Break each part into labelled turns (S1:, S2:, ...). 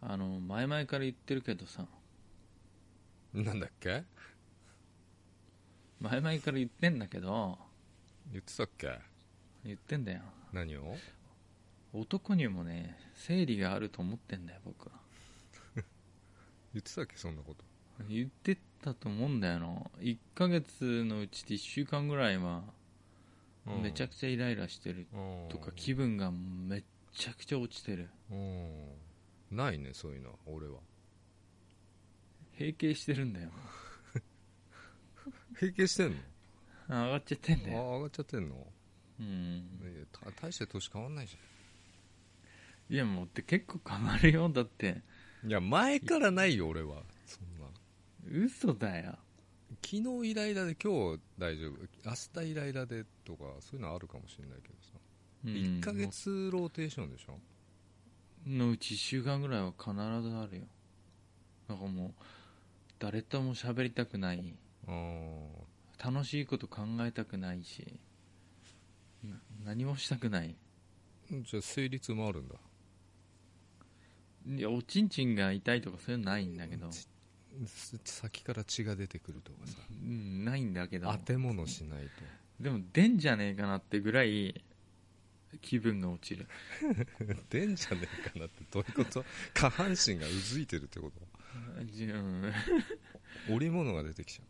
S1: あの前々から言ってるけどさ
S2: なんだっけ
S1: 前々から言ってんだけど
S2: 言ってたっけ
S1: 言ってんだよ
S2: 何を
S1: 男にもね生理があると思ってんだよ僕は
S2: 言ってたっけそんなこと
S1: 言ってたと思うんだよな1ヶ月のうち1週間ぐらいはめちゃくちゃイライラしてる
S2: ゃ
S1: とか気分がめちゃくちゃ落ちてる
S2: うんないねそういうのは俺は
S1: 閉経してるんだよ
S2: 閉経してんの
S1: あ上がっちゃってん
S2: あ
S1: だよ
S2: ー上がっちゃってんの
S1: うん
S2: いやた大して年変わんないじ
S1: いやもうって結構変わるよだって
S2: ゃんいや前からないよ俺はそんな
S1: 嘘だよ
S2: 昨日イライラで今日大丈夫明日イライラでとかそういうのあるかもしれないけどさ、
S1: うん
S2: 1ヶ月ローテーションでしょ
S1: のうち1週間ぐらいは必ずあるよなんかもう誰とも喋りたくない
S2: あ
S1: 楽しいこと考えたくないしな何もしたくない
S2: ーじゃあ成立もあるんだ
S1: いやおちんちんが痛いとかそういうのないんだけど、
S2: ちす先から血が出てくるとかさ
S1: うん、ないんだけど
S2: 当て物しないと
S1: でも出んじゃねえかなってぐらい気分が落ちる
S2: 出んじゃねえかなってどうい うこと下半身がうずいてるってこ
S1: じうん
S2: と織物が出てきちゃ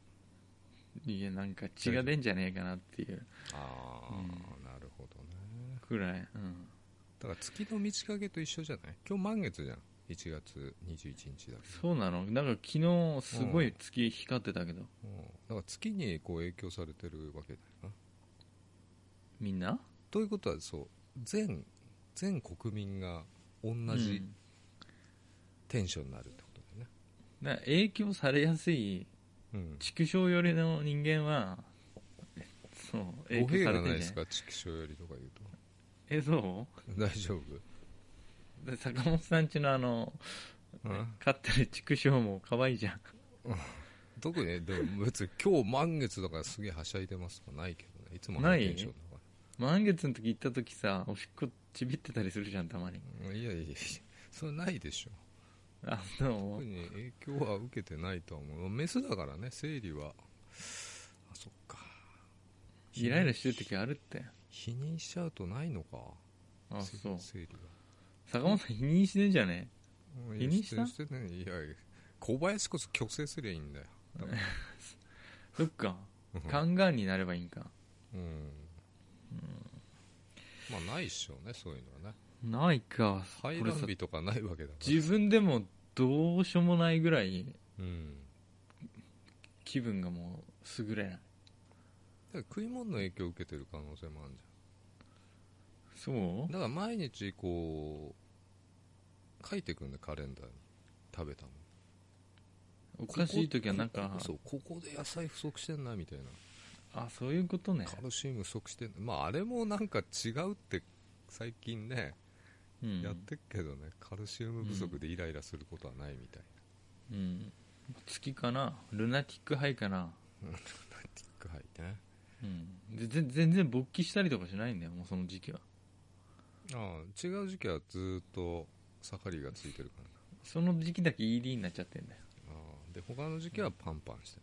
S2: う
S1: いやなんか血が出んじゃねえかなっていう
S2: ああ、なるほどね
S1: くらい、うん、
S2: だから月の満ち欠けと一緒じゃない今日満月じゃん1月21日だけ
S1: そうなのなんか昨日すごい月光ってたけど、
S2: ど、うん、だから月にこう影響されてるわけだよな
S1: みんな
S2: ということはそう全全国民が同じ
S1: うん
S2: テンションになるってことだよね
S1: だから影響されやすい
S2: うん
S1: 畜生寄りの人間はそう影
S2: 語弊
S1: 響さ
S2: が
S1: れ
S2: な
S1: て
S2: い
S1: ん
S2: で
S1: じゃ
S2: す
S1: ない
S2: か畜生よりとか言うと
S1: えそ
S2: 大丈夫
S1: う で坂本さんちのあの
S2: うん
S1: 飼ってる畜生も可愛いじゃん
S2: 特にでも別に今日満月だからすげえはしゃいでますとかないけどねいつもの
S1: ない
S2: テンションだか
S1: 満月の時行った時さおしっこちびってたりするじゃんたまに
S2: ら、うんいやいやいやそれないでしょ
S1: あの
S2: 特に影響は受けてないとは思うメスだからね生理はあそっか
S1: イライラしてる時あるって
S2: 否認しちゃうとないのか
S1: あ
S2: せ
S1: そう
S2: 生理は
S1: 坂本さん否認してんじゃね
S2: うん
S1: 否認した
S2: してるしてるねいやいや小林こそ虚勢すりゃいいんだよだから
S1: そっか
S2: うん
S1: 肝がんになればいいんか
S2: うんまあないっしょうねそういうのはね
S1: ないかこ
S2: 排
S1: れ
S2: 卵
S1: さ
S2: 日とかないわけだから
S1: 自分でもどうしようもないぐらい
S2: うん
S1: 気分がもう優れない
S2: だから食い物の影響を受けてる可能性もあるじ
S1: そう
S2: ゃんだから毎日こう書いてくんだよカレンダーに食べたもん
S1: おかしい時はなん
S2: こ
S1: か
S2: こそうここで野菜不足してんなみたいな
S1: あそういうことね
S2: カルシウム不足してんなまああれもなんか違うって最近ね、
S1: うん
S2: やってっけどねカルシウム不足でイライラすることはないみたい
S1: うん月かなルナティックハイかな
S2: な、うん、ナティックハイね
S1: うんでぜ全然勃起したりとかしないんだよもうその時期は
S2: ああ違う時期はずーっと盛りがついてるからな
S1: その時期だけ ED になっちゃってんだよ
S2: ああで他の時期はパンパンして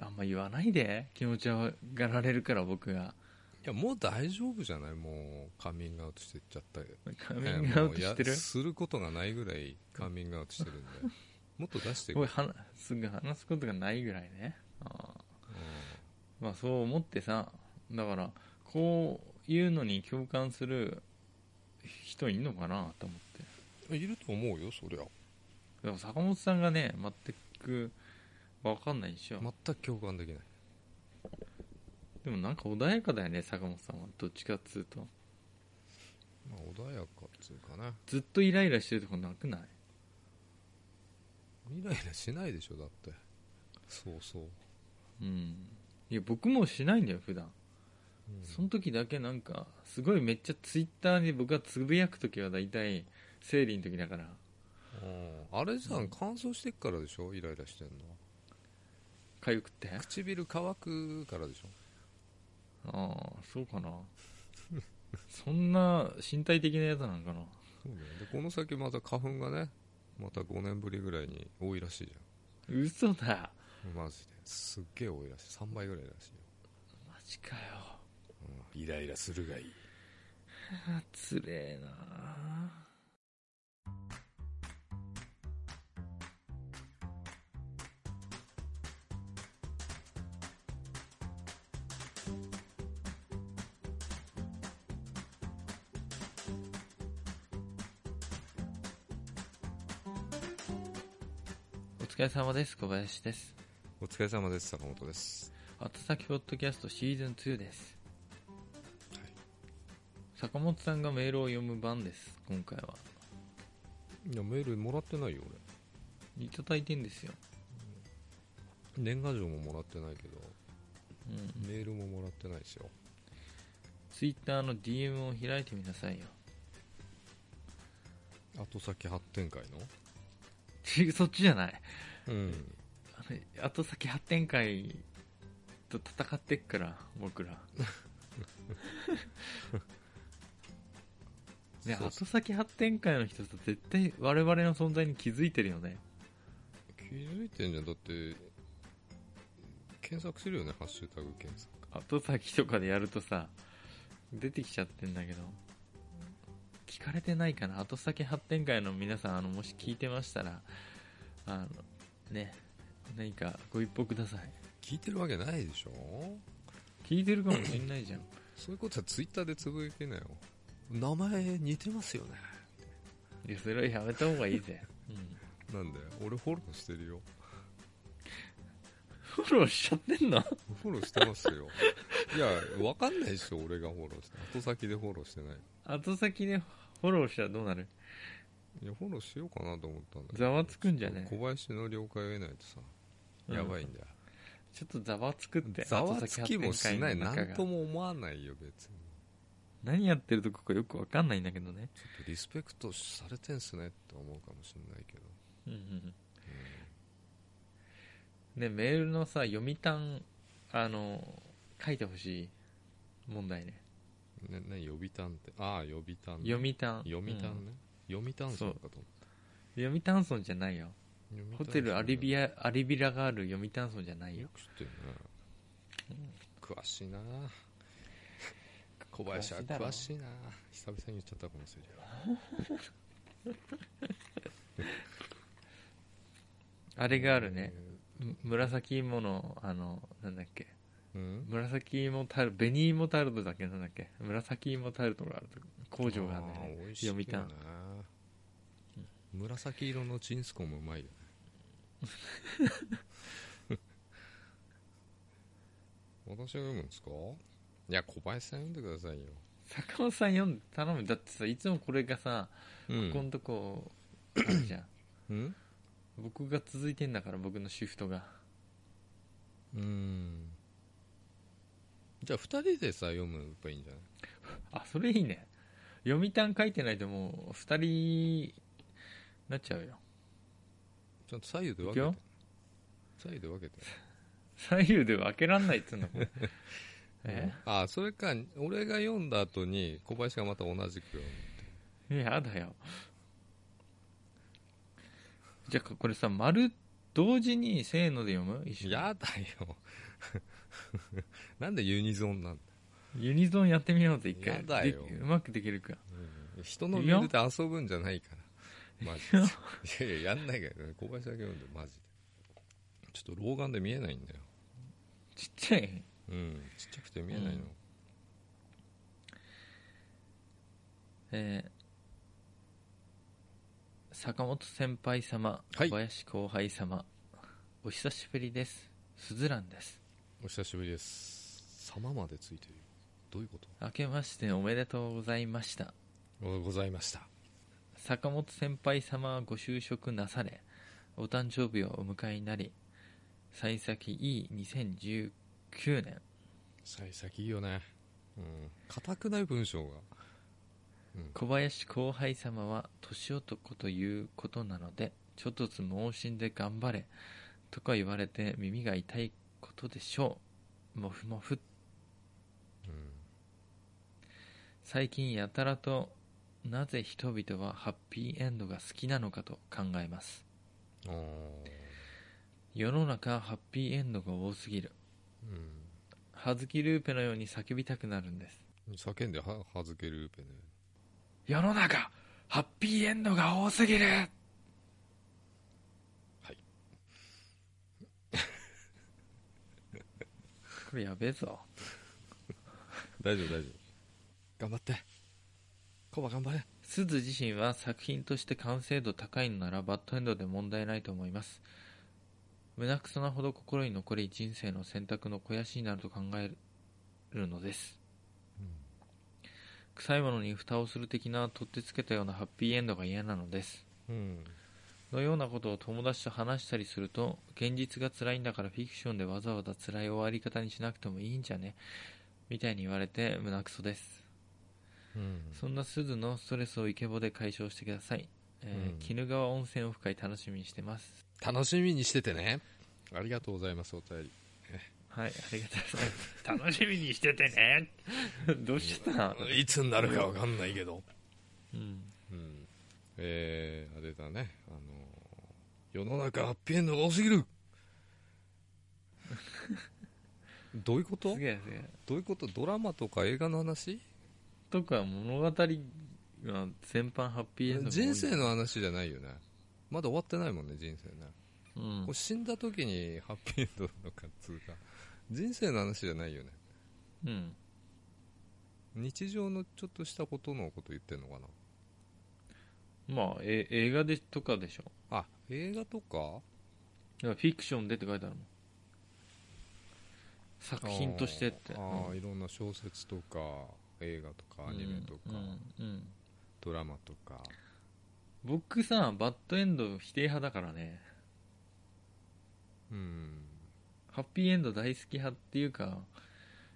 S2: る、
S1: あんま言わないで気持ちがられるから僕が
S2: いやもう大丈夫じゃないもうカミングアウトしてっちゃった
S1: カミングアウトして
S2: いや
S1: る
S2: することがないぐらいカミングアウト してるんでもっと出していく
S1: おい話すぐ話すことがないぐらいねあー
S2: う
S1: まあそう思ってさだからこういうのに共感する人いんのかなと思って
S2: んいると思うよそりゃ
S1: でも坂本さんがね全く分かんないでしょ、
S2: 全く共感できない
S1: でもなんか穏やかだよね坂本さんはどっちかっつうと
S2: まあ穏やかっつうかな
S1: ずっとイライラしてるとこなくない
S2: イライラしないでしょだってそうそう、
S1: うんいや僕もしないんだよ普段
S2: うん
S1: その時だけなんかすごいめっちゃツイッターに僕がつぶやく時は大体生理の時だから
S2: うんあれじゃん乾燥してっからでしょイライラしてんの
S1: かゆくって
S2: 唇乾くからでしょ
S1: ああそうか なそんな身体的なやつなんかな
S2: そうだよでこの先また花粉がねまた5年ぶりぐらいに多いらしいじ
S1: 嘘だ
S2: ゃんマジですっげえ多いらしい3倍ぐらいらしいよ、
S1: マジかよ
S2: うんイライラするがいい
S1: あつれえなお疲れ様です小林です
S2: お疲れ様です坂本です
S1: 後先ポッドキャストシーズン2です
S2: はい
S1: 坂本さんがメールを読む番です今回はい
S2: やメールもらってないよ
S1: いただいてんですよ、
S2: 俺年賀状ももらってないけど
S1: うん、
S2: メールももらってないですよ
S1: ツイッターの DM を開いてみなさいよ
S2: 後先発展会の
S1: そっちじゃない
S2: うん
S1: あの後先発展会と戦ってっから僕らね
S2: そう
S1: 後先発展会の人と絶対我々の存在に気づいてるよね
S2: 気づいてんじゃんだって検索するよねハッシュタグ検索
S1: 後先とかでやるとさ出てきちゃってんだけど聞かれてないかな後先発展会の皆さんあのもし聞いてましたらあのね何かご一報ください
S2: 聞いてるわけないでしょ
S1: 聞いてるかもしんないじゃん
S2: そういうことはツイッターでつぶやけなよ名前似てますよね
S1: いやそれはやめた方がいいぜ、うん、
S2: なんで俺フォローしてるよ
S1: フォローしちゃってんの
S2: フォローしてますよいや分かんないでしょ俺がフォローして後先でフォローしてない
S1: 後先でフォローしたらどうなる
S2: いやフォローしようかなと思ったんだけど
S1: ざわつくんじゃね
S2: 小林の了解を得ないとさ
S1: うん
S2: やばいんだよ
S1: ちょっとざわつくって
S2: ざわつきもしない
S1: 後先発展会の
S2: な
S1: 中
S2: ん
S1: が
S2: とも思わないよ別に
S1: 何やってるとこかよくわかんないんだけどね、
S2: ちょっとリスペクトされてんすねって思うかもしれないけど
S1: うんうんうんね、メールのさ読みんあの書いてほしい問題ね
S2: ね、ね、予備単って、ああ、予備単、
S1: 読みん
S2: 予備単ね。予備単そうかと
S1: う
S2: 思っ
S1: ん読谷村じゃないよ
S2: た。予備単
S1: ホテルアリビ
S2: ア。
S1: アアリビラがある読谷村じゃないよ
S2: よく知ってるね。詳しいな小林は
S1: 詳しいだろ
S2: 詳しいな久々に言っちゃったかもしれない。
S1: あれがあるね
S2: え
S1: む紫芋のあのなんだっけ
S2: ー。うん
S1: 紫芋タル紅芋タルトだっけなんだっけ紫芋タルトがあるとこ工場があるんだよね
S2: あー美味しいよ
S1: 読
S2: ね
S1: 谷。
S2: 紫色のチンスコもうまいよね。 私が読むんですかいや、小林さん読んでくださいよ。
S1: 坂本さん読んで頼むだってさいつもこれがさ、
S2: うん
S1: ここんとこあるじゃん
S2: うん
S1: 僕が続いてんだから僕のシフトが
S2: うんじゃあ2人でさ読むばいいんじゃない
S1: あそれいいね読谷書いてないともう2人になっちゃうよ
S2: ちゃんと左右で分
S1: いく
S2: けて
S1: よ
S2: 左右で分けて
S1: 左右で分けらんないっ つうのえ
S2: あそれか俺が読んだ後に小林がまた同じく読む
S1: いややだよじゃあこれさ丸同時にせーので読む一緒に
S2: やだよ なんでユニゾンなんだ、
S1: ユニゾンやってみようぜ一回
S2: やだよ
S1: でうまくできるか
S2: 人のメールで遊ぶんじゃないからマジでいやいややんないから、ね、小林だけ読んでマジでちょっと老眼で見えないんだよ
S1: ちっちゃい
S2: うんちっちゃくて見えないの、
S1: うんえー坂本先輩様
S2: は
S1: 小
S2: い
S1: 林後輩様、お久しぶりですすずらんです
S2: お久しぶりです様までついてるよどういうこと
S1: 明けましておめでとうございました
S2: おございました
S1: 坂本先輩様はご就職なされお誕生日をお迎えになり幸先いい2019年
S2: 幸先いいよねうん硬くない文章が
S1: 小林後輩様は年男ということなのでちょっとつ盲信で頑張れとか言われて耳が痛いことでしょうもふもふ
S2: うん
S1: 最近やたらとなぜ人々はハッピーエンドが好きなのかと考えます
S2: あー
S1: 世の中ハッピーエンドが多すぎる
S2: うん
S1: 葉月ルーペのように叫びたくなるんです
S2: 叫んでははずけるペね
S1: 世の中ハッピーエンドが多すぎる
S2: はい
S1: これやべえぞ
S2: 大丈夫大丈夫頑張ってコバ頑張れ
S1: すず自身は作品として完成度高いのならバッドエンドで問題ないと思います胸くそなほど心に残り人生の選択の肥やしになると考えるのです臭いものに蓋をする的な取ってつけたようなハッピーエンドが嫌なのです
S2: うん
S1: のようなことを友達と話したりすると現実が辛いんだからフィクションでわざわざ辛い終わり方にしなくてもいいんじゃねみたいに言われて胸くそです
S2: うん
S1: そんな鈴のストレスをイケボで解消してください、えー
S2: うん
S1: 鬼怒川温泉オフ会楽しみにしてます
S2: 楽しみにしててねありがとうございますお便り
S1: はいありがとうございます 楽しみにしててね どうしちゃったの
S2: いつになるかわかんないけど
S1: うん
S2: うんえー、あれだねあの世の中ハッピーエンドが多す ぎるどういうこと
S1: すげえすげえ
S2: どういうことドラマとか映画の話
S1: とか物語が全般ハッピーエンドが多い
S2: 人生の話じゃないよねまだ終わってないもんね人生ね、
S1: うん
S2: これ死んだ時にハッピーエンドなのかっつうか人生の話じゃないよね
S1: うん
S2: 日常のちょっとしたことのこと言ってんのかな
S1: まあえ映画でとかでしょ
S2: あ映画とか
S1: いやフィクションでって書いてあるもん作品としてって
S2: あーあーいろんな小説とか映画と
S1: うん
S2: かアニメとか、
S1: うんうん
S2: ドラマとか
S1: 僕さバッドエンド否定派だからね
S2: うん
S1: ハッピーエンド大好き派っていうか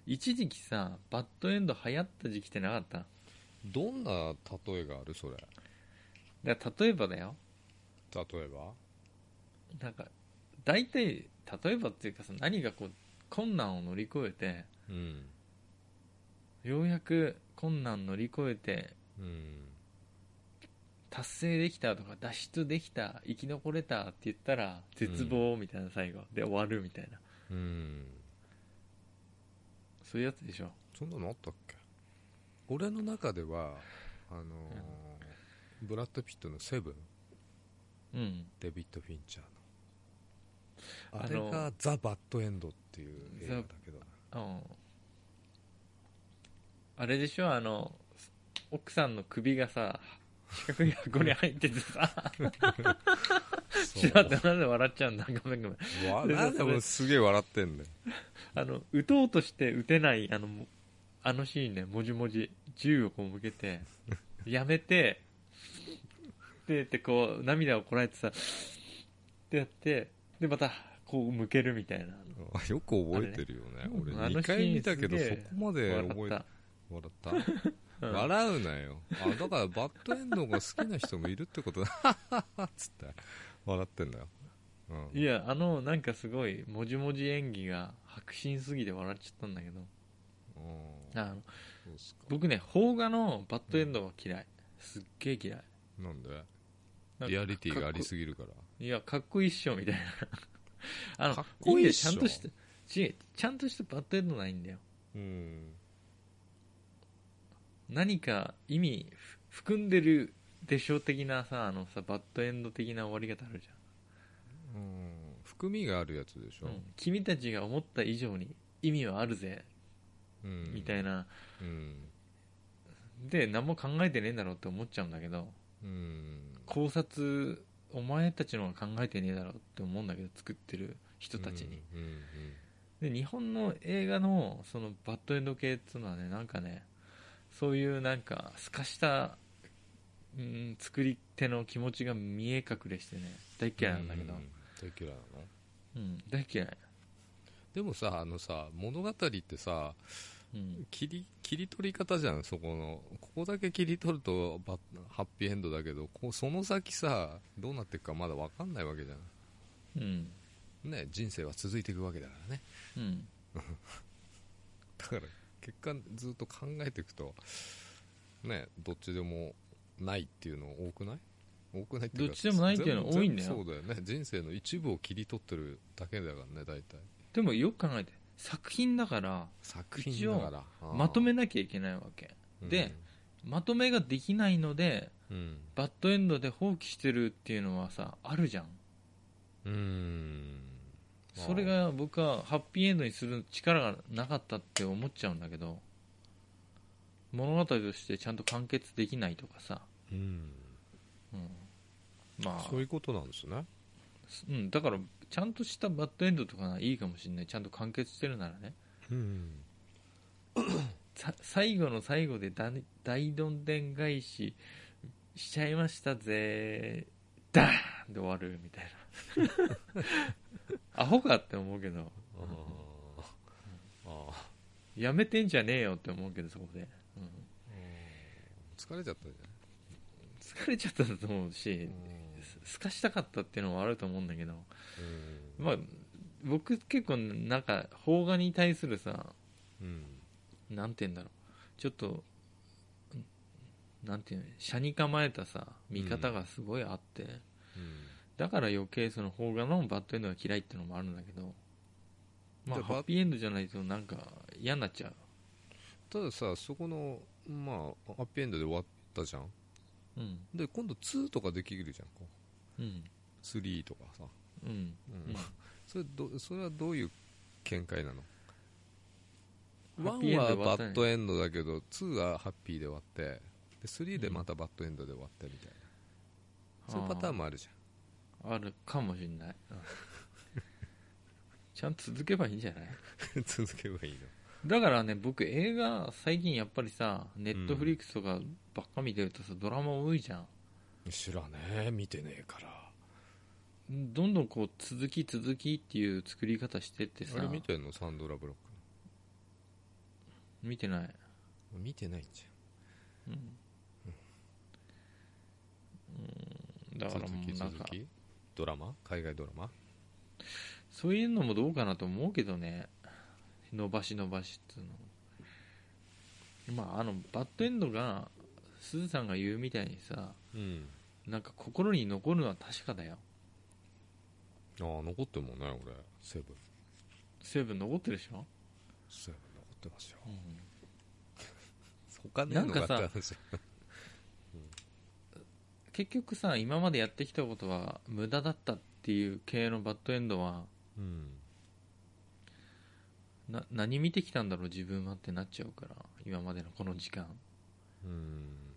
S1: 一時期さバッドエンド流行った時期ってなかった
S2: どんな例えがあるそれ
S1: だから例えばだよ
S2: 例えば
S1: なんか大体例えばっていうかさ何がこう困難を乗り越えて
S2: うん
S1: ようやく困難乗り越えて
S2: うん
S1: 達成できたとか脱出できた生き残れたって言ったら絶望みたいな最後、で終わるみたいな
S2: うん
S1: そういうやつでしょ
S2: そんなのあったっけ俺の中ではあのーブラッド・ピットの「セブン
S1: うん
S2: デビッド・フィンチャーのあ
S1: あの
S2: れが「ザ・バッド・エンド」っていう映画だけどな
S1: あのあれでしょあの奥さんの首がさ四角い箱に入っててさ
S2: そ
S1: ちょっと待ってなんで笑っちゃうんだごめんごめん
S2: うわなんでもすげえ笑ってんね
S1: あの撃とうとして撃てないあのもあのシーンねもじもじ銃をこう向け てやめてでってこう涙をこらえてさってやってでまたこう向けるみたいな
S2: あ よく覚えてるよね
S1: あれね
S2: 俺
S1: うんあのシーン
S2: 2回見たけど
S1: す
S2: そ
S1: げ
S2: こ
S1: え
S2: まで
S1: 笑
S2: 覚え
S1: ってた、
S2: 笑った
S1: うん
S2: 笑うなよあだからバッドエンドが好きな人もいるってことだ っつって笑ってんだよ、うん、
S1: いやあのなんかすごいもじもじ演技が迫真すぎて笑っちゃったんだけど
S2: うん
S1: あの
S2: そうっすか
S1: 僕ね邦画のバッドエンドは嫌い、すっげえ嫌い
S2: なんで
S1: なんか
S2: リアリティがあり
S1: かっ
S2: すぎるから
S1: こいやかっこいいっしょみたいな あの
S2: かっこいいっ
S1: んだよ
S2: し
S1: ちゃ
S2: ょ
S1: んとして違うちゃんとしたバッドエンドないんだよ
S2: うん
S1: 何か意味ふ含んでるでしょ的なさあのさバッドエンド的な終わり方あるじ
S2: うん含みがあるやつでし
S1: ゃ
S2: ょ
S1: ん、うん君たちが思った以上に意味はあるぜ、
S2: うん
S1: みたいな
S2: うん
S1: で何も考えてねえんだろうって思っちゃうんだけど
S2: うん
S1: 考察お前たちの方が考えてねえだろうって思うんだけど作ってる人たちに、
S2: うんうん
S1: で日本の映画のそのバッドエンド系っていうのはねなんかねそういうなんか透かした、うん、作り手の気持ちが見え隠れしてね大っ嫌いなんだけど、
S2: う
S1: うん
S2: ん大嫌いなの
S1: 大嫌い、
S2: でもさあのさ物語ってさ
S1: うん、
S2: 切り切り取り方じゃんそこのここだけ切り取るとバハッピーエンドだけどこうその先さどうなっていくかまだ分かんないわけじゃん
S1: うん
S2: ね人生は続いていくわけだからね
S1: うん
S2: だから結果ずっと考えていくとねどっちでもないっていうの多くない多くないって
S1: どっちでもないっていうの多いんだよ
S2: 全部そうだよね人生の一部を切り取ってるだけだからね大体
S1: でもよく考えて作品だから
S2: 作品だからあー
S1: まとめなきゃいけないわけでまとめができないので
S2: うん
S1: バッドエンドで放棄してるっていうのはさあるじゃん
S2: うんうん
S1: それが僕はハッピーエンドにする力がなかったって思っちゃうんだけど物語としてちゃんと完結できないとかさ、
S2: うん
S1: うん、まあ
S2: そういうことなんですね
S1: うん、だからちゃんとしたバッドエンドとかはいいかもしれないちゃんと完結してるならね
S2: うん
S1: さ最後の最後で大大どんでん返ししちゃいましたぜダーンで終わるみたい なアホかって思うけど
S2: あーあー
S1: やめてんじゃねえよって思うけどそこで、うん、
S2: 疲れちゃったんじゃ
S1: 疲れちゃったと思うし
S2: ない
S1: すすかしたかったっていうのはあると思うんだけど
S2: うん
S1: まあ僕結構なんか邦画に対するさ
S2: うん
S1: なんて言うんだろうちょっとんなんていうの車に構えたさ見方がすごいあって、
S2: うん
S1: だから余計その邦画のバッドエンドが嫌いってのもあるんだけどまあ
S2: で
S1: ハ
S2: バ
S1: ッピーエンドじゃないとなんか嫌になっちゃう
S2: たださそこのまあハッピーエンドで終わったじゃん
S1: うん
S2: で今度2とかできるじゃんこう
S1: うん
S2: 3とかさ、
S1: うん
S2: うん
S1: うん
S2: それどそれはどういう見解なの
S1: ハッピーエン
S2: 1
S1: ド
S2: は
S1: で終わ
S2: バ
S1: ったね
S2: ッドエンドだけど2はハッピーで終わってで3でまたバッドエンドで終わってみたいな、そういうパターンもあるじ
S1: あるかもしれない ちゃんと続けばいいんじゃない
S2: ゃん続けばいいの
S1: だからね僕映画最近やっぱりさネットフリックスとかばっか見てるとさ、ドラマ多いじゃん
S2: 知らねえ見てねえから
S1: どんどんこう続き続きっていう作り方してってさ
S2: あれ見てんのサンドラブロック
S1: 見てない、
S2: の見てないんじ
S1: うんうんだ
S2: ゃん
S1: から
S2: 続
S1: も
S2: き
S1: うなん
S2: 続
S1: か
S2: きドラマ海外ドラマ
S1: そういうのもどうかなと思うけどね伸ばし伸ばしっていうのまああのバッドエンドがすずさんが言うみたいにさ
S2: うん
S1: なんか心に残るのは確かだよ
S2: ああ残ってるもんね俺セブン
S1: 成分残ってるでしょ、
S2: セブン残ってますよ他
S1: ねえのかって話
S2: 話
S1: 結局さ今までやってきたことは無駄だったっていう系のバッドエンドは
S2: うん
S1: な何見てきたんだろう自分はってなっちゃうから今までのこの時間
S2: うん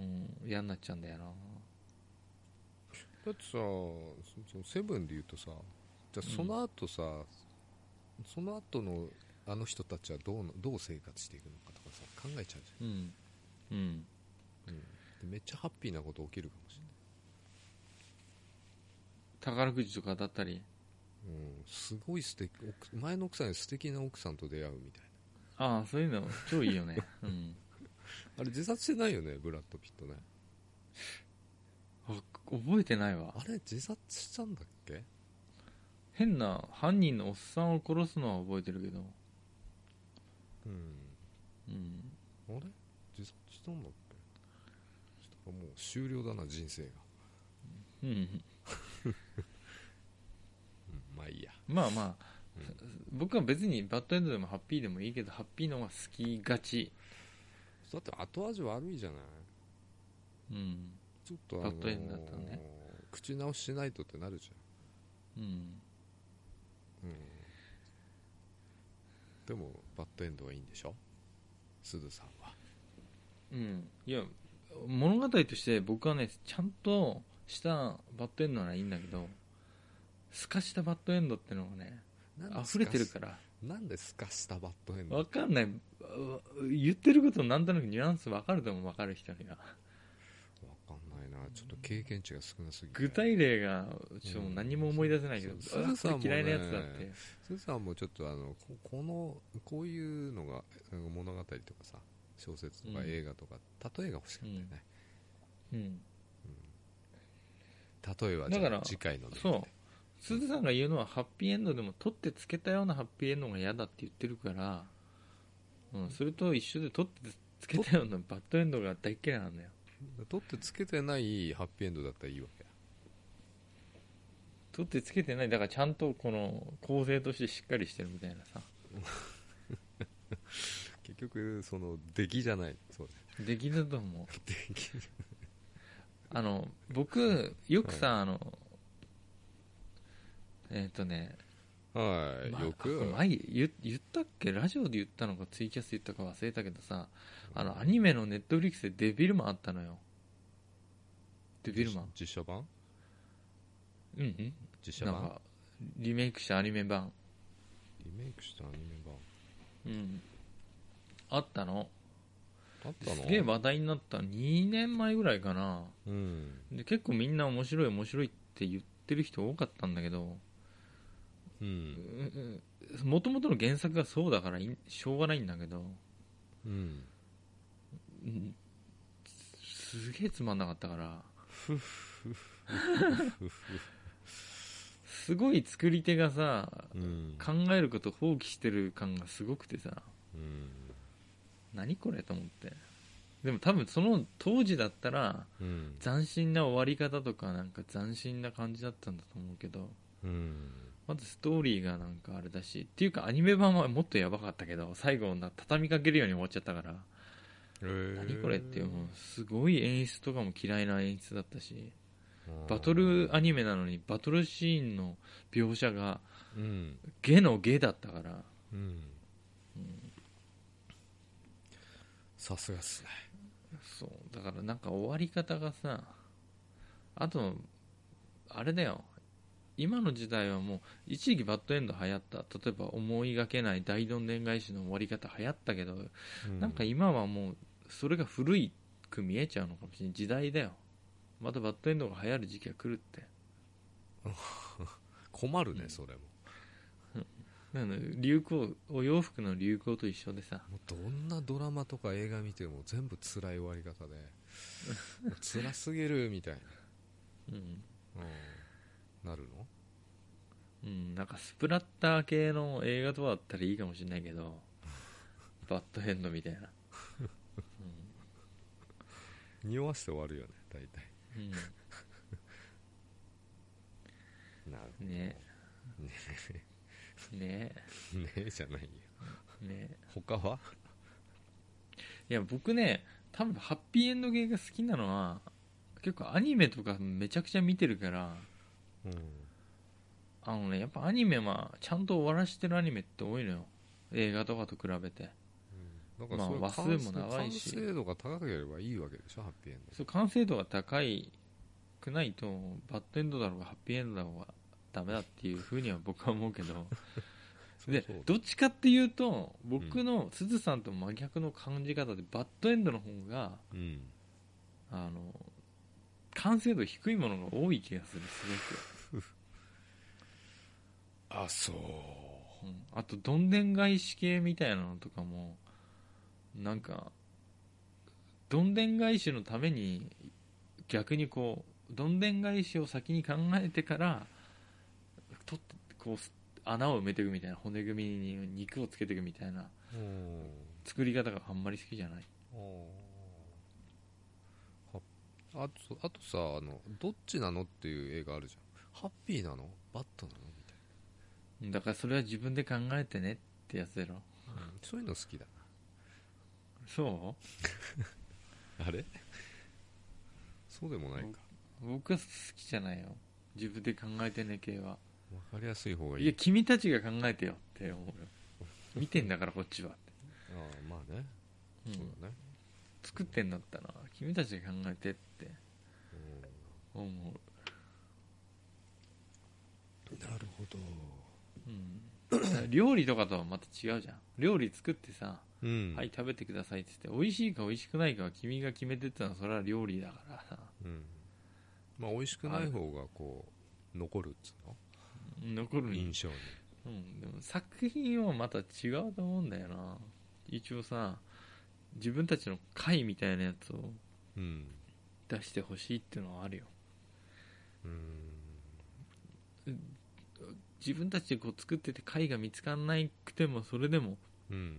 S1: うん嫌になっちゃうんだよな
S2: だってさそそのセブンで言うとさじゃあその後さ、その後のあの人たちはどうのどう生活していくのかとかさ考えちゃうじ
S1: うんうん
S2: ゃん、でめっちゃハッピーなこと起きるかもし
S1: 宝くじとかだったり
S2: れない、うん、すごい素敵奥前の奥さんに素敵な奥さんと出会うみたいな
S1: ああそういうの超いいよ ねうん
S2: あれ自殺してないよねブラッド・ピットね
S1: あ覚えてないわ
S2: あれ自殺したんだっけ
S1: 変な犯人のおっさんを殺すのは覚えてるけど
S2: うん
S1: うん
S2: あれ自殺したんだっけそしたらもう終了だな人生が、
S1: うん
S2: うん、まあいいや
S1: まあまあ、
S2: うん
S1: 僕は別にバッドエンドでもハッピーでもいいけどハッピーの方が好きがち
S2: だって後味悪いじゃない
S1: うん
S2: ちょっとあの
S1: バ
S2: ー
S1: ッドエンドだったのね
S2: 口直ししないとってなるじ
S1: うん
S2: ゃん、うん、でもバッドエンドはいいんでしょすずさんは
S1: うんいや物語として僕はねちゃんとしたバッドエンドならいいんだけどすかしたバッドエンドってのがね
S2: なんで
S1: 溢れてるからら
S2: なんですかしたバッドエンド
S1: わかんないう言ってることなんとなくニュアンスわかるともわかる人には
S2: わかんないなちょっと経験値が少なすぎて
S1: 具体例がちょっと何も思い出せないけど、
S2: うん
S1: あ
S2: そうそう
S1: これ嫌いなやつだって、
S2: すずさんもちょっとあのここのこういうのがなんか物語とかさ小説とか
S1: うん
S2: 映画とか、例えが欲しかったよね、
S1: うん、
S2: 例えはじゃ
S1: だ
S2: あ
S1: から
S2: 次回ので
S1: そう鈴さんが言うのはハッピーエンドでも取ってつけたようなハッピーエンドが嫌だって言ってるから、うん、それと一緒で取ってつけたようなバッドエンドが大嫌いなんだよ
S2: 取ってつけてないハッピーエンドだったらいいわけ
S1: 取ってつけてないだからちゃんとこの構成としてしっかりしてるみたいなさ
S2: 結局その出来じゃないそうね
S1: 出来だと思う
S2: 出来
S1: あの僕よくさ、あのえっ、とね、
S2: はい、
S1: ま
S2: よく
S1: あ前言言ったっけラジオで言ったのかツイキャスで言ったか忘れたけどさあのアニメのネットフリックスでデビルマンあったのよデビルマン
S2: 実写版
S1: うんうん
S2: 実写
S1: なん
S2: 版
S1: かリメイクしたアニメ版
S2: リメイクしたアニメ版
S1: うんあったの
S2: あったの
S1: すげえ話題になった2年前ぐらいかな
S2: うん
S1: で結構みんな面白い面白いって言ってる人多かったんだけど
S2: う
S1: うんんうんもともとの原作がそうだからいんしょうがないんだけど
S2: うん
S1: うんすげえつまんなかったからすごい作り手がさ
S2: うん
S1: 考えること放棄してる感がすごくてさ
S2: うん
S1: 何これと思ってでも多分その当時だったら
S2: うん
S1: 斬新な終わり方とかなんか斬新な感じだったんだと思うけど
S2: うん
S1: まずストーリーがなんかあれだしっていうかアニメ版はもっとやばかったけど最後な畳みかけるように終わっちゃったから
S2: えー
S1: 何これってもうすごい演出とかも嫌いな演出だったしバトルアニメなのにバトルシーンの描写が
S2: うん
S1: ゲのゲだったから
S2: うんさすがっすね
S1: そうだからなんか終わり方がさあとあれだよ今の時代はもう一時期バッドエンド流行った例えば思いがけない大どんでん返しの終わり方流行ったけど、なんか今はもうそれが古いく見えちゃうのかもしれない時代だよまたバッドエンドが流行る時期が来るって
S2: 困る
S1: う
S2: ね
S1: ん
S2: それも
S1: なので流行お洋服の流行と一緒でさ
S2: もうどんなドラマとか映画見ても全部辛い終わり方で もう辛すぎるみたいな
S1: うん
S2: うんなるの
S1: うん、なんかスプラッター系の映画とかだったらいいかもしれないけどバッドエンドみたいな、
S2: 匂わせて終わるよね大体
S1: うん
S2: なる
S1: うん、ね
S2: ね
S1: ね
S2: えねえじゃないよ
S1: ね
S2: 他はい
S1: や僕ね多分ハッピーエンド系が好きなのは結構アニメとかめちゃくちゃ見てるから
S2: うん
S1: あのねやっぱアニメはちゃんと終わらしてるアニメって多いのよ映画とかと比べて
S2: だから
S1: まあ
S2: それ
S1: 話数も
S2: 完成
S1: 長いし
S2: 完成度が高ければいいわけでしょハッピーエンド
S1: そう完成度が高いくないとバッドエンドだろうがハッピーエンドだろうがダメだっていうふうには僕は思うけ どで
S2: そうそう
S1: どっちかっていうと僕のすずさんと真逆の感じ方でバッドエンドの方が
S2: うん
S1: あの完成度低いものが多い気がするす
S2: あそう
S1: ごく、うんあとどんでん返し系みたいなのとかもなんかどんでん返しのために逆にこうどんでん返しを先に考えてから取ってこうす穴を埋めていくみたいな骨組みに肉をつけていくみたいな
S2: うん
S1: 作り方があんまり好きじゃない
S2: はあとあとさあのどっちなのっていう映画あるじゃんハッピーなのバッドなのみたい
S1: だからそれは自分で考えてねってやつだろ
S2: な、うんそういうの好きだ
S1: そう
S2: なあれそうでもないか
S1: 僕は好きじゃないよ自分で考えてね系は
S2: わかりやすい方がいい
S1: いや君たちが考えてよって思うよ見てんだからこっちはって、
S2: ああまあね
S1: うん
S2: そうだね、
S1: 作ってんだったら君たちが考えてって
S2: うん
S1: 思う
S2: なるほど
S1: うんだから料理とかとはまた違うじゃん料理作ってさ、
S2: うん
S1: はい食べてくださいって言って美味しいか美味しくないかは君が決めてったのはそれは料理だからさ
S2: うんまあ美味しくない方がこう残るっつうの
S1: 残るに
S2: 印象に
S1: うん、でも作品はまた違うと思うんだよな一応さ自分たちの回みたいなやつを
S2: うん
S1: 出してほしいっていうのはあるよ
S2: うん
S1: 自分たちでこう作ってて貝が見つかんなくてもそれでも
S2: うん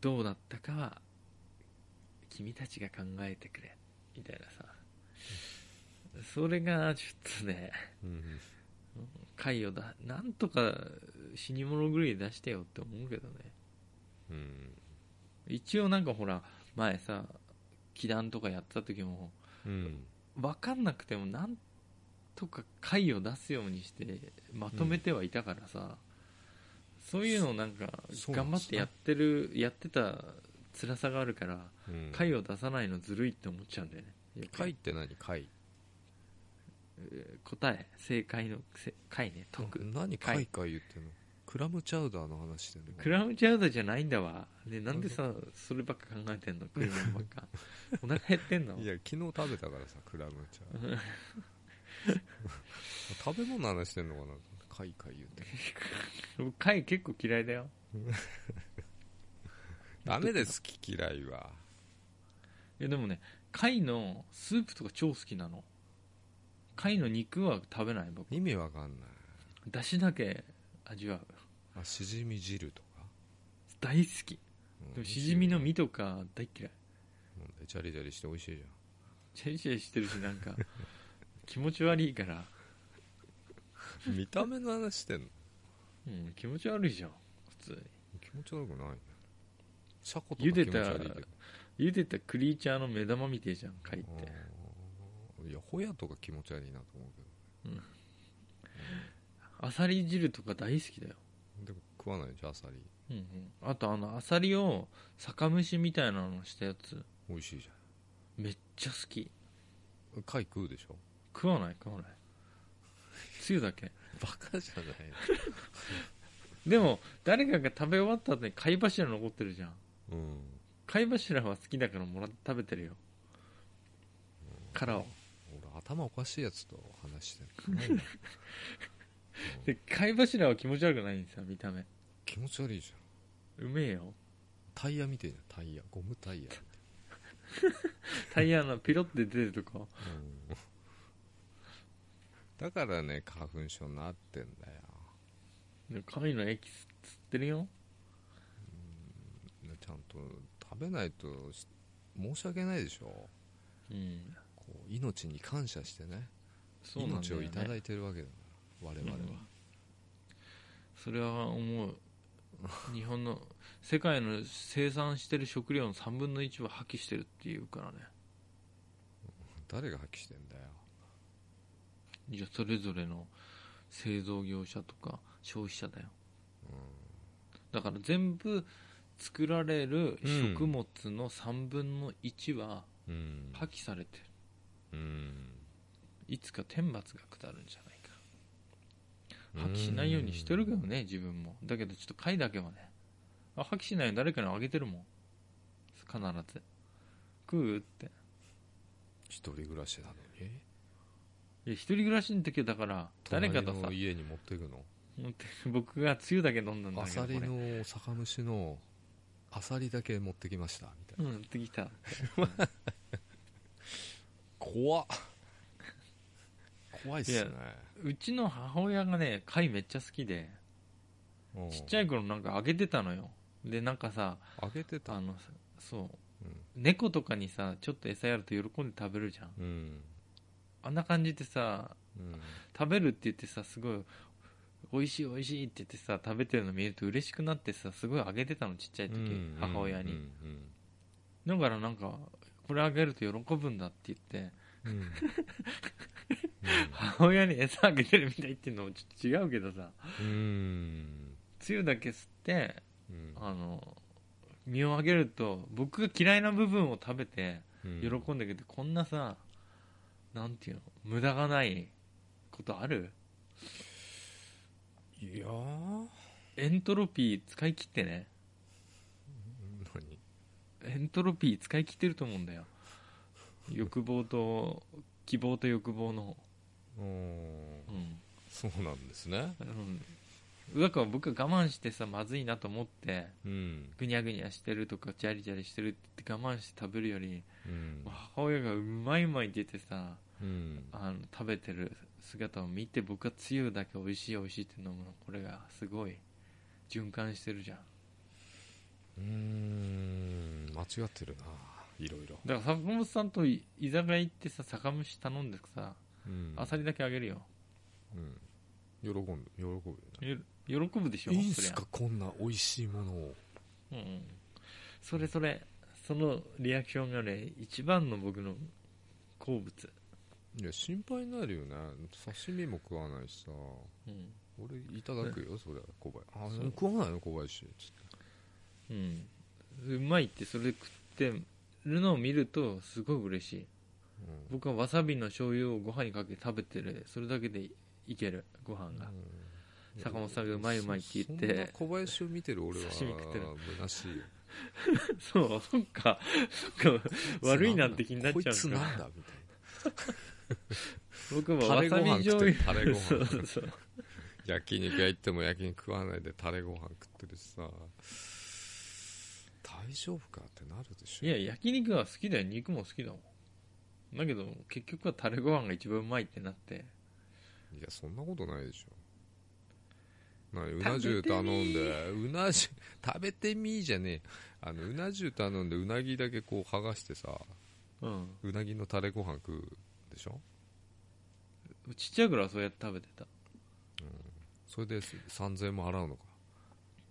S1: どうだったかは君たちが考えてくれみたいなさそれがちょっとね
S2: うん
S1: 回をだなんとか死に物狂い出してよって思うけどね
S2: うんうん
S1: 一応なんかほら前さ祈願とかやってた時も
S2: うん
S1: 分かんなくてもなんとか回を出すようにしてまとめてはいたからさ、そういうのをなんか
S2: そうなん
S1: 頑張
S2: で
S1: っ
S2: す
S1: て
S2: ね
S1: やってるやってた辛さがあるから
S2: うん
S1: 回を出さないのずるいって思っちゃうんだよねよく
S2: 貝って何貝
S1: えー答え正解のせ回ね解く
S2: 何
S1: 貝
S2: 貝貝言ってんのクラムチャウダーの話してんの
S1: クラムチャウダーじゃないんだわねなんでさそればっか考えてんのクラムばっかお腹減ってんの
S2: いや昨日食べたからさクラムチャウダー 食べ物の話してんのかな貝貝言ってんの
S1: 僕貝結構嫌いだよ
S2: ダメです好き嫌いはい
S1: やでもね貝のスープとか超好きなの貝の肉は食べない僕
S2: 意味わかんない
S1: だしだけ味わう
S2: あしじみ汁とか、
S1: 大好き
S2: うん
S1: でもしじみの身とか大嫌い
S2: うんチャリチャリして美味しいじ
S1: チャリチャリしてるしなんか気持ち悪いから、
S2: ゃん見た目の話してんの
S1: うん、気持ち悪いじゃん普通
S2: 気持ち悪くないねシャコとか気
S1: 茹
S2: 持ち
S1: で
S2: 悪い
S1: た
S2: けど
S1: に茹でたクリーチャーの目玉みてえじゃん貝って
S2: うんいやホヤとか気持ち悪いなと思うけ
S1: アサリ汁とか大好きだよ
S2: どでも食わないじゃんあさり
S1: うんうん、あとあのアサリを酒蒸しみたいなのしたやつ
S2: 美味しいじ
S1: めっちゃ好き
S2: ゃん貝食うでしょ
S1: 食わない食わないつゆだけ
S2: バカじゃない
S1: でも誰かが食べ終わった後に貝柱残ってるじゃん
S2: のうん
S1: 貝柱は好きだからもらって食べてるよ殻を
S2: 俺頭おかしいやつと話してるないな
S1: で貝柱は気持ち悪くないんですよ見た目
S2: 気持ち悪いじゃん
S1: うめえよ
S2: タイヤみてえじゃんタイヤゴムタイヤ
S1: タイヤのピロって出るとこ
S2: うんだからね花粉症になってんだよ
S1: で貝のエキス吸ってるよ
S2: ねちゃんと食べないとし申し訳ないでしょ
S1: うん
S2: こう命に感謝してね
S1: そうなんだ
S2: 命
S1: よ、
S2: を
S1: ね、
S2: いただいてるわけだから我々は、
S1: うんそれは思う日本の世界の生産してる食料の3分の1は破棄してるっていうからね
S2: 誰が破棄してんだよ
S1: いやそれぞれの製造業者とか消費者だよ、だから全部作られる食物の3分の1は
S2: うん
S1: 破棄されてる、
S2: うん
S1: いつか天罰が下るんじゃないか破棄しないようにしてるけどね自分もだけどちょっと貝だけはねあ破棄しないように誰かにあげてるもん必ず食うって
S2: 一人暮らしなのに
S1: いや一人暮らしの時はだから誰かと
S2: 隣
S1: さ
S2: の家に持っていくの
S1: 持って僕がつゆだけ飲んだんだ
S2: ア
S1: けど
S2: サリ
S1: これ
S2: の酒蒸しのアサリだけ持ってきましたみたいな
S1: うん持ってきたって
S2: 怖っ怖いっすね
S1: いやうちの母親がね貝めっちゃ好きで
S2: うん
S1: ちっちゃい頃なんかあげてたのよでなんかさ
S2: あげてた
S1: あのそう
S2: うん
S1: 猫とかにさちょっと餌やると喜んで食べるじゃん
S2: うん
S1: あんな感じでさ
S2: うん
S1: 食べるって言ってさすごい美味しい美味しいって言ってさ食べてるの見ると嬉しくなってさすごいあげてたのちっちゃい時、
S2: うん
S1: 母親に、
S2: うん
S1: だからなんかこれあげると喜ぶんだって言って
S2: うんうんうん
S1: 母親に餌あげてるみたいっていうのもちょっと違うけどさ
S2: うん
S1: つゆだけ吸って
S2: うん
S1: あの身をあげると僕が嫌いな部分を食べて
S2: うん
S1: 喜んでくれて、こんなさなんていうの無駄がないことある
S2: いやー
S1: エントロピー使い切ってね
S2: 何
S1: エントロピー使い切ってると思うんだよ欲望と希望と欲望の、
S2: うーん
S1: うん
S2: そうなんですね
S1: うん、だから僕は我慢してさまずいなと思って
S2: うん
S1: ぐにゃぐにゃしてるとかジャリジャリしてるって言って我慢して食べるより
S2: うん
S1: 母親がうまいうまいって言ってさ
S2: うん
S1: あの食べてる姿を見て僕はつゆだけ美味しい美味しいって飲むのこれがすごい循環してるじゃん
S2: うーん間違ってるないろいろ、
S1: だから坂本さんとい居酒屋行ってさ酒蒸し頼んでさ
S2: うん
S1: アサリだけあげるよ
S2: うん、喜ぶ喜ぶよね
S1: よ喜ぶでしょ
S2: いいん
S1: そり
S2: す
S1: ゃ
S2: かこんな美味しいものを
S1: うんうん、それそれそのリアクションがね一番の僕の好物、
S2: いや心配になるよね刺身も食わないしさ
S1: うん
S2: 俺いただくよそれは小林あ
S1: そう
S2: 食わないの小林つって
S1: うん、うまいってそれ食ってるのを見るとすごい嬉しい
S2: うん
S1: 僕はわさびの醤油をご飯にかけて食べてるそれだけでいけるご飯が、
S2: うん
S1: 坂本さんがうまいうまいって言っ
S2: そんな
S1: て
S2: 小林を見てる俺は
S1: 刺身食ってる
S2: 虚しいよ
S1: そうそっかそっか悪いなって気になっちゃ
S2: こいつ
S1: うの
S2: なん
S1: か
S2: だみたい
S1: 僕も
S2: タ
S1: わ
S2: レご
S1: さび
S2: 飯
S1: 醤
S2: 食って
S1: 油
S2: るタレご飯
S1: そうそう そう
S2: な焼肉屋行っても焼肉食わないでタレご飯食ってるしさ大丈夫かってなるでしょ
S1: いや焼肉は好きだよ肉も好きだもんだけど結局はタレご飯が一番うまいってなって
S2: いやそんなことないでしょなにうな重頼んでうな重食べてみーじゃねえあのうな重頼んでうなぎだけこう剥がしてさ
S1: うん
S2: うなぎのタレご飯食うでしょ
S1: ちっちゃい頃はそうやって食べてた
S2: それで3000円も払うのか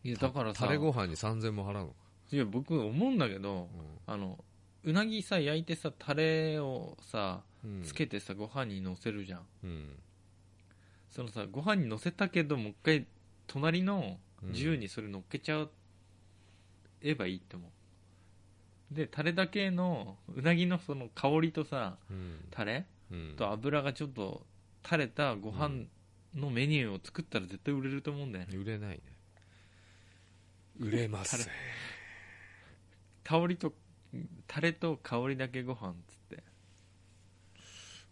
S1: いやだからさ
S2: タレご飯に3000円も払うのか、
S1: いや僕思うんだけど
S2: う
S1: あのうなぎさ焼いてさタレをさ
S2: んうん、
S1: つけてさご飯にのせるじゃん、
S2: うん
S1: そのさご飯にのせたけどもう一回隣の
S2: うん
S1: 銃にそれ乗っけちゃえばいいって思うでタレだけのうなぎのその香りとさ
S2: うん
S1: タレ
S2: うん
S1: と油がちょっと垂れたご
S2: う
S1: 飯
S2: ん
S1: のメニューを作ったら絶対売れると思うんだよね
S2: 売れないね売れません
S1: タ香りとタレと香りだけご飯っつって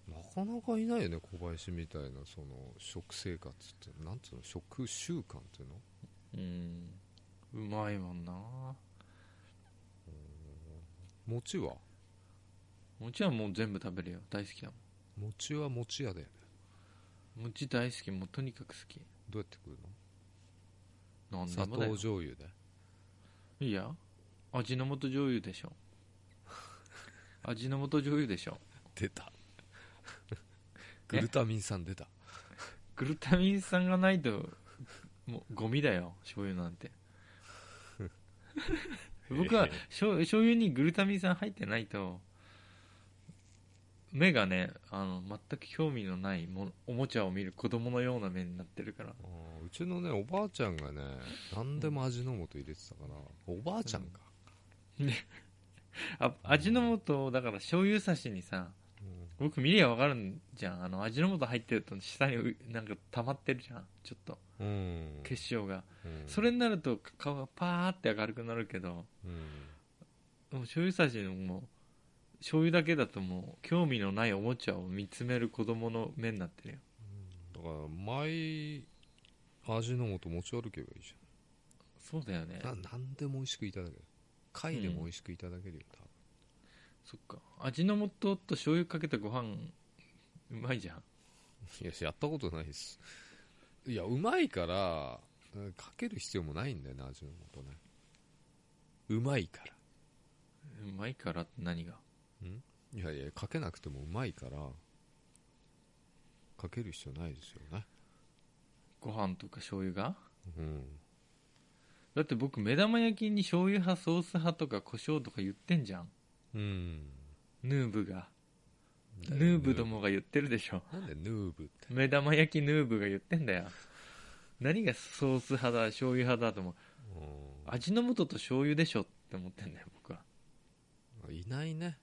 S2: なかなかいないよね小林みたいなその食生活ってなんつうの食習慣っていうの
S1: うんうまいもんな
S2: 餅は
S1: 餅はもう全部食べるよ大好きだも
S2: 餅は餅屋だよね
S1: ん餅大好きもうとにかく好き
S2: どうやって食う
S1: なん
S2: の
S1: で
S2: 砂
S1: も
S2: 糖
S1: だよ
S2: 醤油で
S1: いや味の素醤油でしょ味の素醤油でしょ
S2: 出た グルタミン酸出た
S1: グルタミン酸がないともうゴミだよ醤油なんて僕は醤醤油にグルタミン酸入ってないと目がねあの全く興味のないものおもちゃを見る子供のような目になってるから
S2: あーうちのねおばあちゃんがね何でも味の素入れてたからおばあちゃんか、
S1: あ味の素をだから醤油差しにさ僕見りゃわかるんじゃんあの味の素入ってると下にうなんか溜まってるじゃんちょっと
S2: うん
S1: 結晶が、
S2: うん
S1: それになると顔がパーって明るくなるけど、
S2: うん
S1: もう醤油差しのもう醤油だけだともう興味のないおもちゃを見つめる子供の目になってるよ
S2: だから毎味の素持ち歩けばいいじ
S1: そうだよね
S2: ゃんな何でも美味しくいただける貝でも美味しくいただけるよ、
S1: そっか味の素と醤油かけたご飯うまいじゃん
S2: 多分いややったことないですいやうまいからうんかける必要もないんだよね味の素ねうまいから
S1: うまいからって何が
S2: いやいやかけなくてもうまいからかける必要ないですよね
S1: ご飯とか醤油が
S2: うん
S1: だって僕目玉焼きに醤油派ソース派とか胡椒とか言ってんじゃん
S2: うん
S1: ヌーブがヌーブどもが言ってるでしょ
S2: なんでヌーブって
S1: 目玉焼きヌーブが言ってんだよ何がソース派だ醤油派だと思う
S2: うん
S1: 味の素と醤油でしょって思ってんだよ僕はい
S2: ないね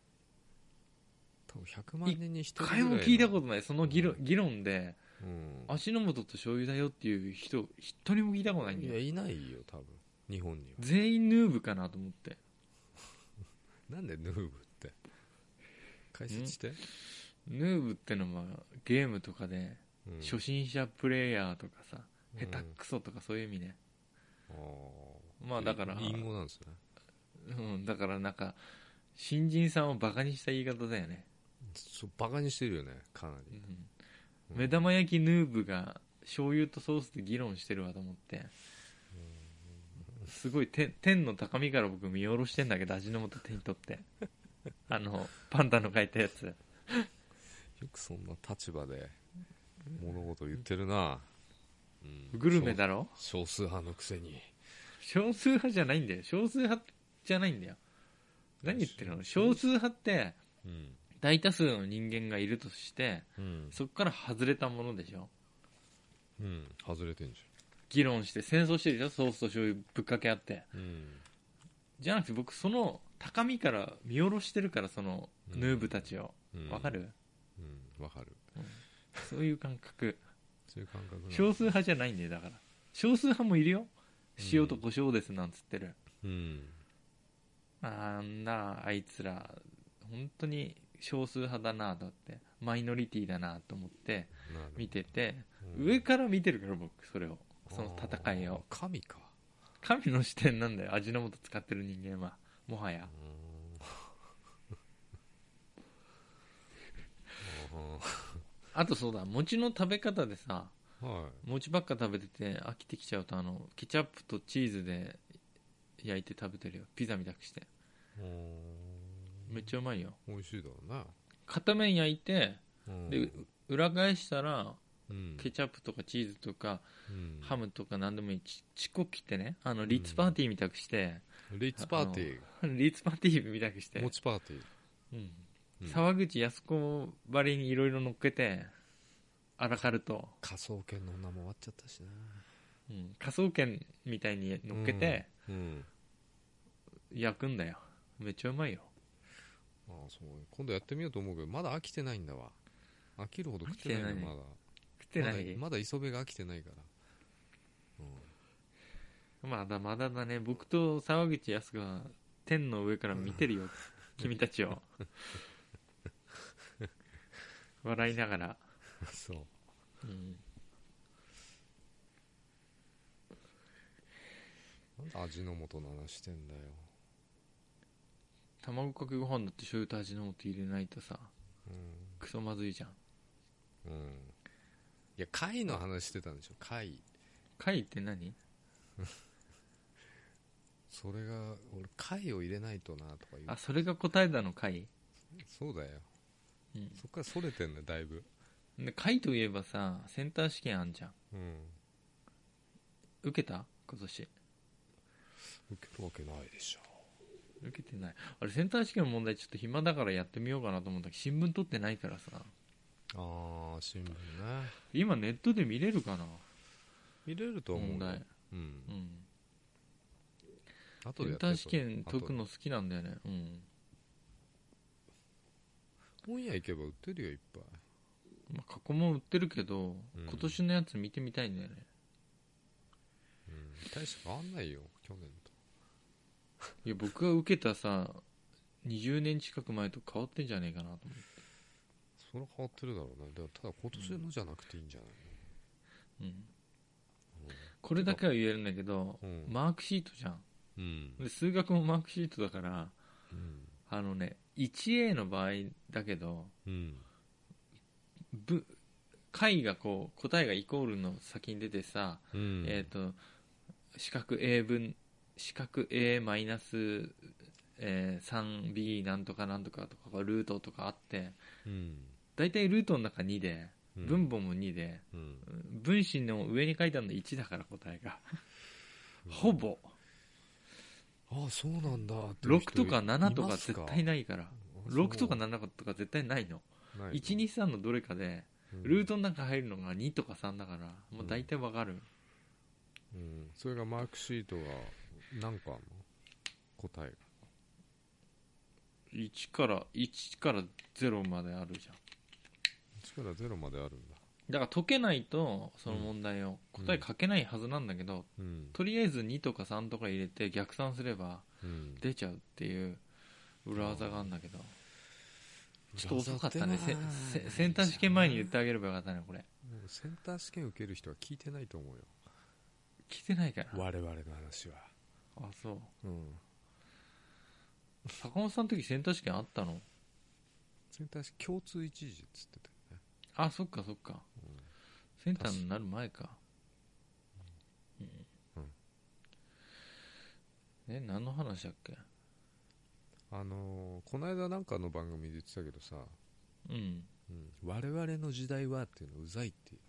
S2: 多分100万人に1人
S1: 一
S2: ぐらい
S1: 回
S2: の
S1: も聞いたことないその議論,、議論で
S2: うん
S1: 味の素と醤油だよっていう人一人も聞いたことないん
S2: い
S1: だ
S2: や
S1: よ
S2: いないよ多分日本には
S1: 全員ヌーブかなと思って
S2: なんでヌーブって解説して、
S1: ヌーブってのはゲームとかで
S2: うん
S1: 初心者プレイヤーとかさ、
S2: うん
S1: 下手くそとかそういう意味ね、
S2: あー
S1: まあだから
S2: リンゴなんですね
S1: うん、だからなんか新人さんをバカにした言い方だよね、
S2: そうバカにしてるよねかな
S1: う
S2: り、
S1: ん
S2: うん
S1: 目玉焼きヌーブが醤油とソースで議論してるわと思ってすごい天天の高みから僕見下ろしてんだけど味の素手に取ってあのパンダの書いたやつ
S2: よくそんな立場で物事言ってるな、うん
S1: グルメだろ
S2: 少数派のくせに
S1: 少数派じゃないんだよ少数派じゃないんだよ何言ってるの少数派って
S2: うん
S1: 大多数の人間がいるとして
S2: うん、
S1: そこから外れたものでしょ
S2: うん、外れてんじ
S1: 議論して戦争してるでしょソースと醤油ぶっかけ合って
S2: ゃん、うん、
S1: じゃなくて僕その高みから見下ろしてるからその
S2: うん
S1: ヌーブたちを
S2: うん
S1: わ、かる
S2: うんわかる
S1: そういう感覚
S2: そういう感覚なの
S1: 少数派じゃないんだよだから少数派もいるよ
S2: うん
S1: 塩と胡椒ですなんつってる、
S2: うん
S1: あんなあいつら本当に少数派だなと思ってマイノリティだなと思って
S2: なるほど
S1: 見てて、
S2: うん
S1: 上から見てるから僕それをその戦い
S2: あー
S1: を
S2: 神か
S1: 神の視点なんだよ味の素使ってる人間はもはや
S2: あ
S1: あとそうだ餅の食べ方でさ
S2: ーはい
S1: 餅ばっか食べてて飽きてきちゃうとあのケチャップとチーズで焼いて食べてるよピザみたくして
S2: うーん
S1: めっちゃうまいよ
S2: 美味しいだろうな
S1: 片面焼いて
S2: うん
S1: でう裏返したら
S2: うん
S1: ケチャップとかチーズとか
S2: うん
S1: ハムとか何でもいいちちこ切ってねあのリッツパーティーみたくして、
S2: リッツパーティ
S1: リッツパーティーみたくして
S2: ー、餅パーティー
S1: うん
S2: うん
S1: 沢口靖子ばりにいろいろ乗っけてアラカルト、
S2: 科捜研の女も終わっちゃったしな
S1: うん、科捜研みたいに乗っけて
S2: うん
S1: 焼くんだよめっちゃうまいよ
S2: ああそう今度やってみようと思うけどまだ飽きてないんだわ飽きるほど食ってない
S1: 飽き
S2: の
S1: てな
S2: まだ
S1: 食ってない
S2: まだまだ磯部が飽きてないから
S1: まだまだだね僕と沢口靖子は天の上から見てるよ君たちを笑いながら、
S2: そ
S1: う
S2: う
S1: ん、
S2: なんで味の素の話してんだよ
S1: 卵かけご飯だって醤油と味の素入れないとさ
S2: う
S1: クソまずいじゃん
S2: んうんいや貝の話してたんでしょ貝
S1: 貝って何
S2: それが俺貝を入れないとなとか言
S1: あ
S2: う
S1: それが答えたの貝、
S2: そうだよ
S1: うん、
S2: そっからそれてんだよだいぶ
S1: で貝といえばさセンター試験あんじゃん
S2: うん
S1: 受けた今年
S2: 受けるわけないでしょ
S1: 受けてないあれセンター試験の問題ちょっと暇だからやってみようかなと思ったけど新聞取ってないからさ
S2: ああ新聞ね
S1: 今ネットで見れるかな
S2: 見れると思うよ
S1: 問題
S2: うん
S1: うん
S2: あ
S1: セ
S2: でや
S1: ン
S2: って
S1: ター試験解
S2: 後
S1: く
S2: で
S1: の好きなんだよねうん
S2: 本屋行けば売ってるよいっぱい
S1: まあ過去も売ってるけど、
S2: うん
S1: 今年のやつ見てみたいんだよね
S2: うん大して変わんないよ去年と
S1: いや僕が受けたさ20年近く前と変わってんじゃねえかなと思って
S2: それは変わってるだろうねだからただ今年のじゃなくていいんじゃない
S1: うんこれだけは言えるんだけど、
S2: うん
S1: マークシートじゃん
S2: うん
S1: で数学もマークシートだから
S2: うん
S1: あのね 1A の場合だけど
S2: うん
S1: ぶ解がこう答えがイコールの先に出てさ、
S2: うん
S1: えっ、と四角 A 分四角 A マイナス、えー 3B なんとかなんとかとかルートとかあって
S2: うん
S1: 大体ルートの中2で
S2: うん
S1: 分母も2で、
S2: うん
S1: 分子の上に書いてあるの1だから答えがほぼ
S2: ああそうなんだっていう人
S1: 6とか7と
S2: い
S1: か
S2: ます
S1: 絶対ないから
S2: あそう
S1: 6とか7とか絶対ないの
S2: ない
S1: 123のどれかで
S2: うん
S1: ルートの中入るのが2とか3だからもう大体わかる、
S2: うんそれがマークシートが何個あんの答えが
S1: 1から1から0まであるじゃん
S2: 1から0まであるんだ
S1: だから解けないとその問題を
S2: うん
S1: 答え書けないはずなんだけど、
S2: うん
S1: とりあえず2とか3とか入れて逆算すれば
S2: うん
S1: 出ちゃうっていう裏技があるんだけどちょっと遅かったねせ せセンター試験前に言ってあげればよかったねこれ
S2: もうセンター試験受ける人は聞いてないと思うよ
S1: 聞いてないから
S2: 我々の話は
S1: あそう
S2: うん
S1: 坂本さんの時センター試験あったの
S2: センター試験共通一時っつってたよね
S1: あそっかそっか、センターになる前かうん、え何の話だっけ
S2: あのーこの間なんかの番組で言ってたけどさ、
S1: うん
S2: うん、我々の時代はっていうのうざいっていう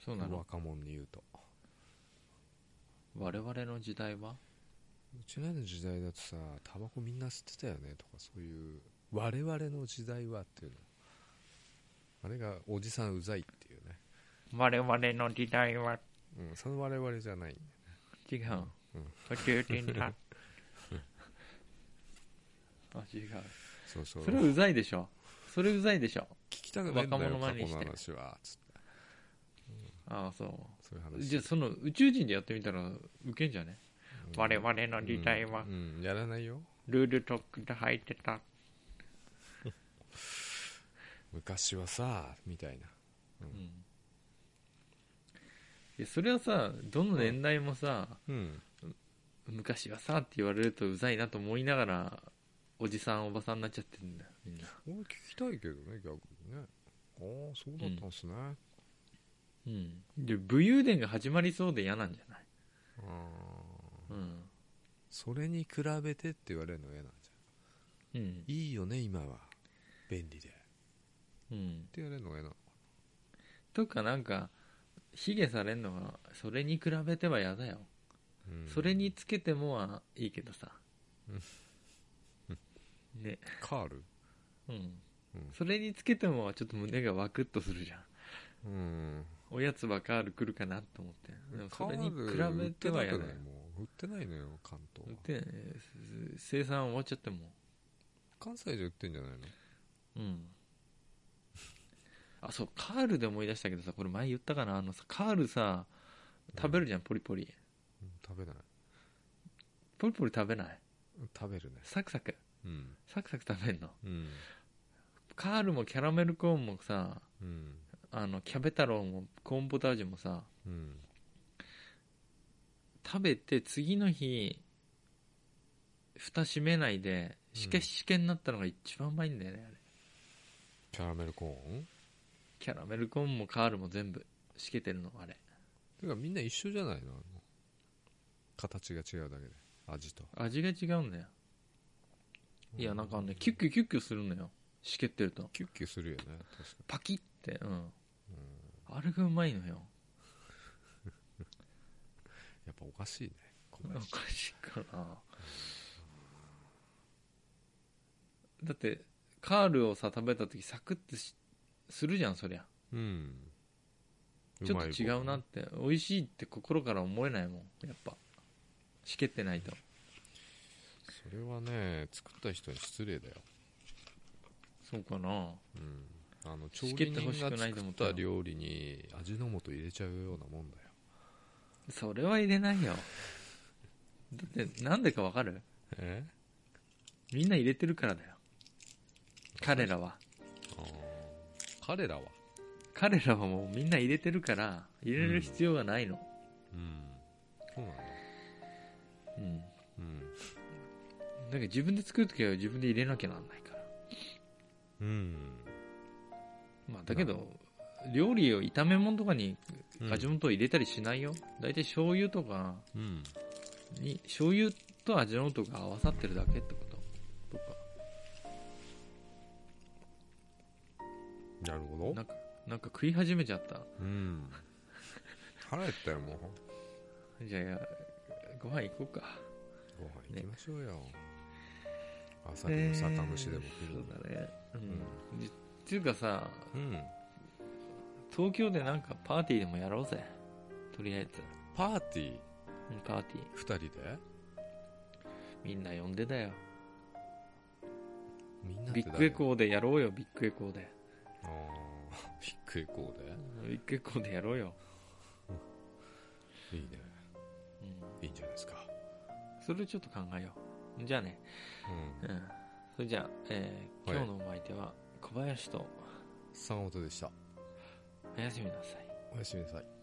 S1: そうなの
S2: 若者に言うと
S1: 我々の時代は
S2: うちらの時代だとさタバコみんな吸ってたよねとかそういう我々の時代はっていうのあれがおじさんうざいっていうね、
S1: 我々の時代は
S2: うん、その我々じゃない
S1: 違う、
S2: うん
S1: 途中点だあ違う
S2: そうそう
S1: それうざいでしょそれうざいでしょ
S2: 聞きたくないんだ
S1: 若
S2: よ
S1: 者
S2: 過
S1: 前に
S2: 去
S1: して
S2: の話はつって
S1: ああそう
S2: そういう話
S1: じゃあその宇宙人でやってみたらウケんじゃね、
S2: うん
S1: 我々の時代は
S2: うんうんやらないよ
S1: ルールトックで履いてた
S2: 昔はさみたいな
S1: うんいやそれはさどの年代もさ、
S2: うん
S1: 昔はさって言われるとうざいなと思いながらおじさんおばさんになっちゃってるんだよみんな
S2: 俺聞きたいけどね逆にねああそうだったんすね、
S1: うんで武勇伝が始まりそうで嫌なんじゃない
S2: あ
S1: う
S2: ー
S1: ん
S2: それに比べてって言われるの嫌なんじ
S1: うん
S2: ゃんいいよね今は便利でって
S1: うん
S2: 言われるのが嫌なの
S1: とかなんか卑下されんのがそれに比べては嫌だよ、
S2: うん
S1: それにつけてもはいいけどさね
S2: カール
S1: うん
S2: うん
S1: それにつけてもはちょっと胸がワクッとするじゃん
S2: うん
S1: おやつばカール来るかなと思ってでも
S2: カ
S1: そ
S2: ー
S1: れ
S2: ル
S1: に比べては嫌だ
S2: 売っ
S1: よ
S2: てなくないもう売ってないのよ関東は
S1: で生産終わっちゃっても
S2: 関西じゃ売ってんじゃないの
S1: うんあそうカールで思い出したけどさこれ前言ったかなあのさカールさ食べるじゃん、ポリポリ
S2: うん食べない
S1: ポリポリ食べない
S2: 食べるね
S1: サクサク
S2: うん
S1: サクサク食べんの
S2: うん
S1: カールもキャラメルコーンもさ
S2: うん
S1: あのキャベ太郎もコーンポタージュもさ
S2: うん
S1: 食べて次の日蓋閉めないでしけしけになったのが一番うまいんだよねあれ
S2: キャラメルコーン
S1: キャラメルコーンもカールも全部しけてるのあれ
S2: てかみんな一緒じゃないのあの形が違うだけで味と
S1: 味が違うんだよいやなんかねキュッキュキュッキュするのよしけってると
S2: キュッキュするよね確か
S1: パキってうんあれがうまいのよ
S2: やっぱおかしいね小
S1: おか
S2: 林
S1: しいかなだってカールをさ食べた時サクッてしするじゃんそりゃ
S2: うん
S1: ちょっと違うな
S2: まい棒
S1: って美味しいって心から思えないもんやっぱしけってないと
S2: それはね作った人に失礼だよ、
S1: そうかな
S2: うん、あの調
S1: しけ
S2: 理
S1: って
S2: 人
S1: ほ
S2: が
S1: しくないと
S2: 作
S1: 思
S2: っ
S1: ったよ
S2: た料理に味の素入れちゃうようなもんだよ
S1: それは入れないよだってなんでかわかる
S2: え
S1: みんな入れてるからだよ彼らは
S2: あー彼らは
S1: 彼らはもうみんな入れてるから入れる必要がないの、
S2: うんそうなんだ
S1: うん、
S2: うん
S1: だから自分で作るときは自分で入れなきゃなんないから、
S2: うん
S1: まあ、だけど料理を炒め物とかに
S2: うん
S1: 味の素を入れたりしないよ、大体醤油とか
S2: うん
S1: に醤油と味の素が合わさってるだけってこととか
S2: なるほ
S1: な
S2: ど
S1: んかなんか食い始めちゃった
S2: うん腹減ったよもう
S1: じゃあいやご飯行こうか
S2: ご飯行きましょうよ、朝日の酒蒸しでも食いに行こ
S1: そうだねうん、じっていうかさ
S2: ううん
S1: 東京でなんかパーティーでもやろうぜとりあえず
S2: パーティ
S1: う
S2: ー
S1: んパーティー
S2: 2人で
S1: みんな呼んでだよ
S2: みんな
S1: ビッグエ
S2: ー
S1: コーでやろうよビッグエコーで
S2: あービッグエコー
S1: ビッグエコーでやろうよ、
S2: でいいね
S1: うん、
S2: いいんじゃないですか
S1: それちょっと考えようじゃあね、
S2: うん
S1: うん、それじゃあ、えー
S2: はい
S1: 今日のお相手は小林と
S2: 山本でした
S1: おやすみなさい
S2: おやすみなさい